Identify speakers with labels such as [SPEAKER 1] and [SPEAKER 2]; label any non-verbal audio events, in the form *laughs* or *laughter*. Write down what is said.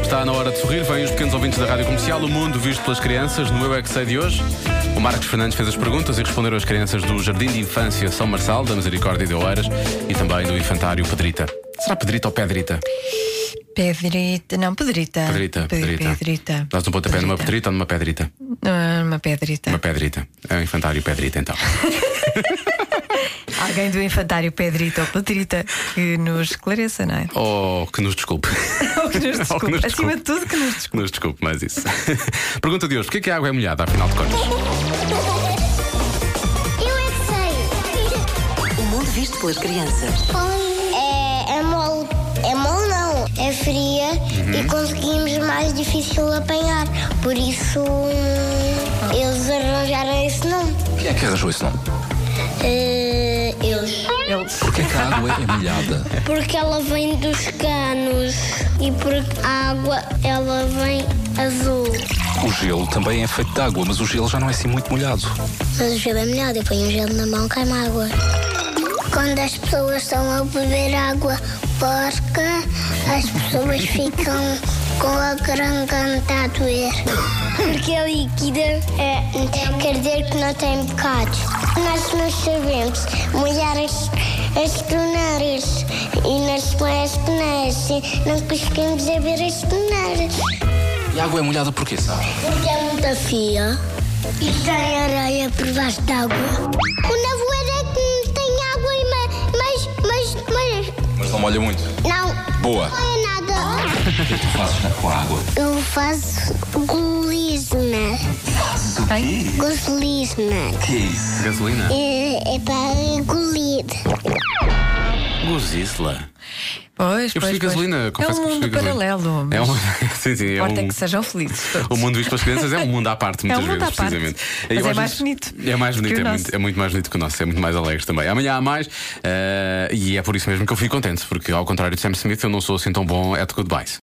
[SPEAKER 1] Está na hora de sorrir, vêm os pequenos ouvintes da Rádio Comercial, o mundo visto pelas crianças, no Eu é Que Sei de hoje. O Marcos Fernandes fez as perguntas e responderam as crianças do Jardim de Infância São Marçal, da Misericórdia de Oeiras, e também do Infantário Pedrita. Será Pedrita ou Pedrita?
[SPEAKER 2] Pedrita, não, pedrita.
[SPEAKER 1] Pedrita,
[SPEAKER 2] Pe-
[SPEAKER 1] Pedrita.
[SPEAKER 2] pedrita.
[SPEAKER 1] Nós um pontapé numa Pedrita ou numa Pedrita?
[SPEAKER 2] Ah, Uma pedrita.
[SPEAKER 1] Uma Pedrita. É o Infantário Pedrita, então.
[SPEAKER 2] Alguém do infantário pedrita ou pedrita que nos
[SPEAKER 1] *laughs*
[SPEAKER 2] esclareça, não é?
[SPEAKER 1] Ou Oh, que nos desculpe. *laughs*
[SPEAKER 2] Ou que nos
[SPEAKER 1] Ou que nos
[SPEAKER 2] desculpe. Acima
[SPEAKER 1] desculpe.
[SPEAKER 2] de tudo, que nos desculpe.
[SPEAKER 1] Que nos desculpe, mas isso. *laughs* Pergunta de hoje: porquê que a água é molhada, afinal de contas?
[SPEAKER 3] *laughs* Eu é que sei.
[SPEAKER 4] O mundo visto pelas crianças.
[SPEAKER 3] É, é mole. É mole não. É fria e conseguimos mais difícil apanhar. Por isso hum, eles arranjaram esse nome.
[SPEAKER 5] Quem é que arranjou esse nome?
[SPEAKER 3] Eh, eles.
[SPEAKER 5] Porquê que a água é molhada?
[SPEAKER 3] Porque ela vem dos canos e porque a água ela vem azul.
[SPEAKER 5] O gelo também é feito de água, mas o gelo já não é assim muito molhado.
[SPEAKER 3] Mas o gelo é melhor, eu ponho o gelo na mão, cai água. Quando as pessoas estão a beber água porca, as pessoas ficam com a garganta a doer. Porque a líquida é, quer dizer que não tem bocados. Nós não sabemos molhar as, as torneiras e nas as torneiras e não conseguimos abrir as torneiras.
[SPEAKER 5] E a água é molhada porquê, sabe?
[SPEAKER 3] Porque é muita fia e tem areia por baixo d'água. O nevoeiro é que tem água e mas, mas, mas,
[SPEAKER 5] Mas não molha muito.
[SPEAKER 3] Não.
[SPEAKER 5] Boa.
[SPEAKER 3] Não é nada.
[SPEAKER 5] O que é que tu fazes com a água?
[SPEAKER 3] Eu faço golisma.
[SPEAKER 2] Ai,
[SPEAKER 3] Golisma.
[SPEAKER 5] que é isso?
[SPEAKER 1] Gasolina.
[SPEAKER 3] É, é para engolir.
[SPEAKER 1] Gozisla.
[SPEAKER 2] Pois,
[SPEAKER 1] Eu
[SPEAKER 2] pois,
[SPEAKER 1] prefiro
[SPEAKER 2] pois.
[SPEAKER 1] gasolina, confesso
[SPEAKER 2] é um
[SPEAKER 1] que
[SPEAKER 2] mundo
[SPEAKER 1] prefiro gasolina.
[SPEAKER 2] paralelo.
[SPEAKER 1] É
[SPEAKER 2] mas
[SPEAKER 1] um... *laughs* Sim, sim, é
[SPEAKER 2] importa é
[SPEAKER 1] um...
[SPEAKER 2] que sejam felizes.
[SPEAKER 1] O mundo visto pelas crianças é um mundo à parte,
[SPEAKER 2] É um
[SPEAKER 1] muitas
[SPEAKER 2] mundo
[SPEAKER 1] vezes,
[SPEAKER 2] à parte.
[SPEAKER 1] precisamente.
[SPEAKER 2] Mas
[SPEAKER 1] Eu
[SPEAKER 2] é
[SPEAKER 1] às
[SPEAKER 2] mais
[SPEAKER 1] vezes-
[SPEAKER 2] bonito
[SPEAKER 1] É mais
[SPEAKER 2] que
[SPEAKER 1] bonito,
[SPEAKER 2] o
[SPEAKER 1] é
[SPEAKER 2] nosso.
[SPEAKER 1] muito, é muito mais bonito que o nosso, é muito mais alegre também. Amanhã há mais, eh, e é por isso mesmo que eu fico contente, porque ao contrário de Sam Smith, eu não sou assim tão bom at goodbyes.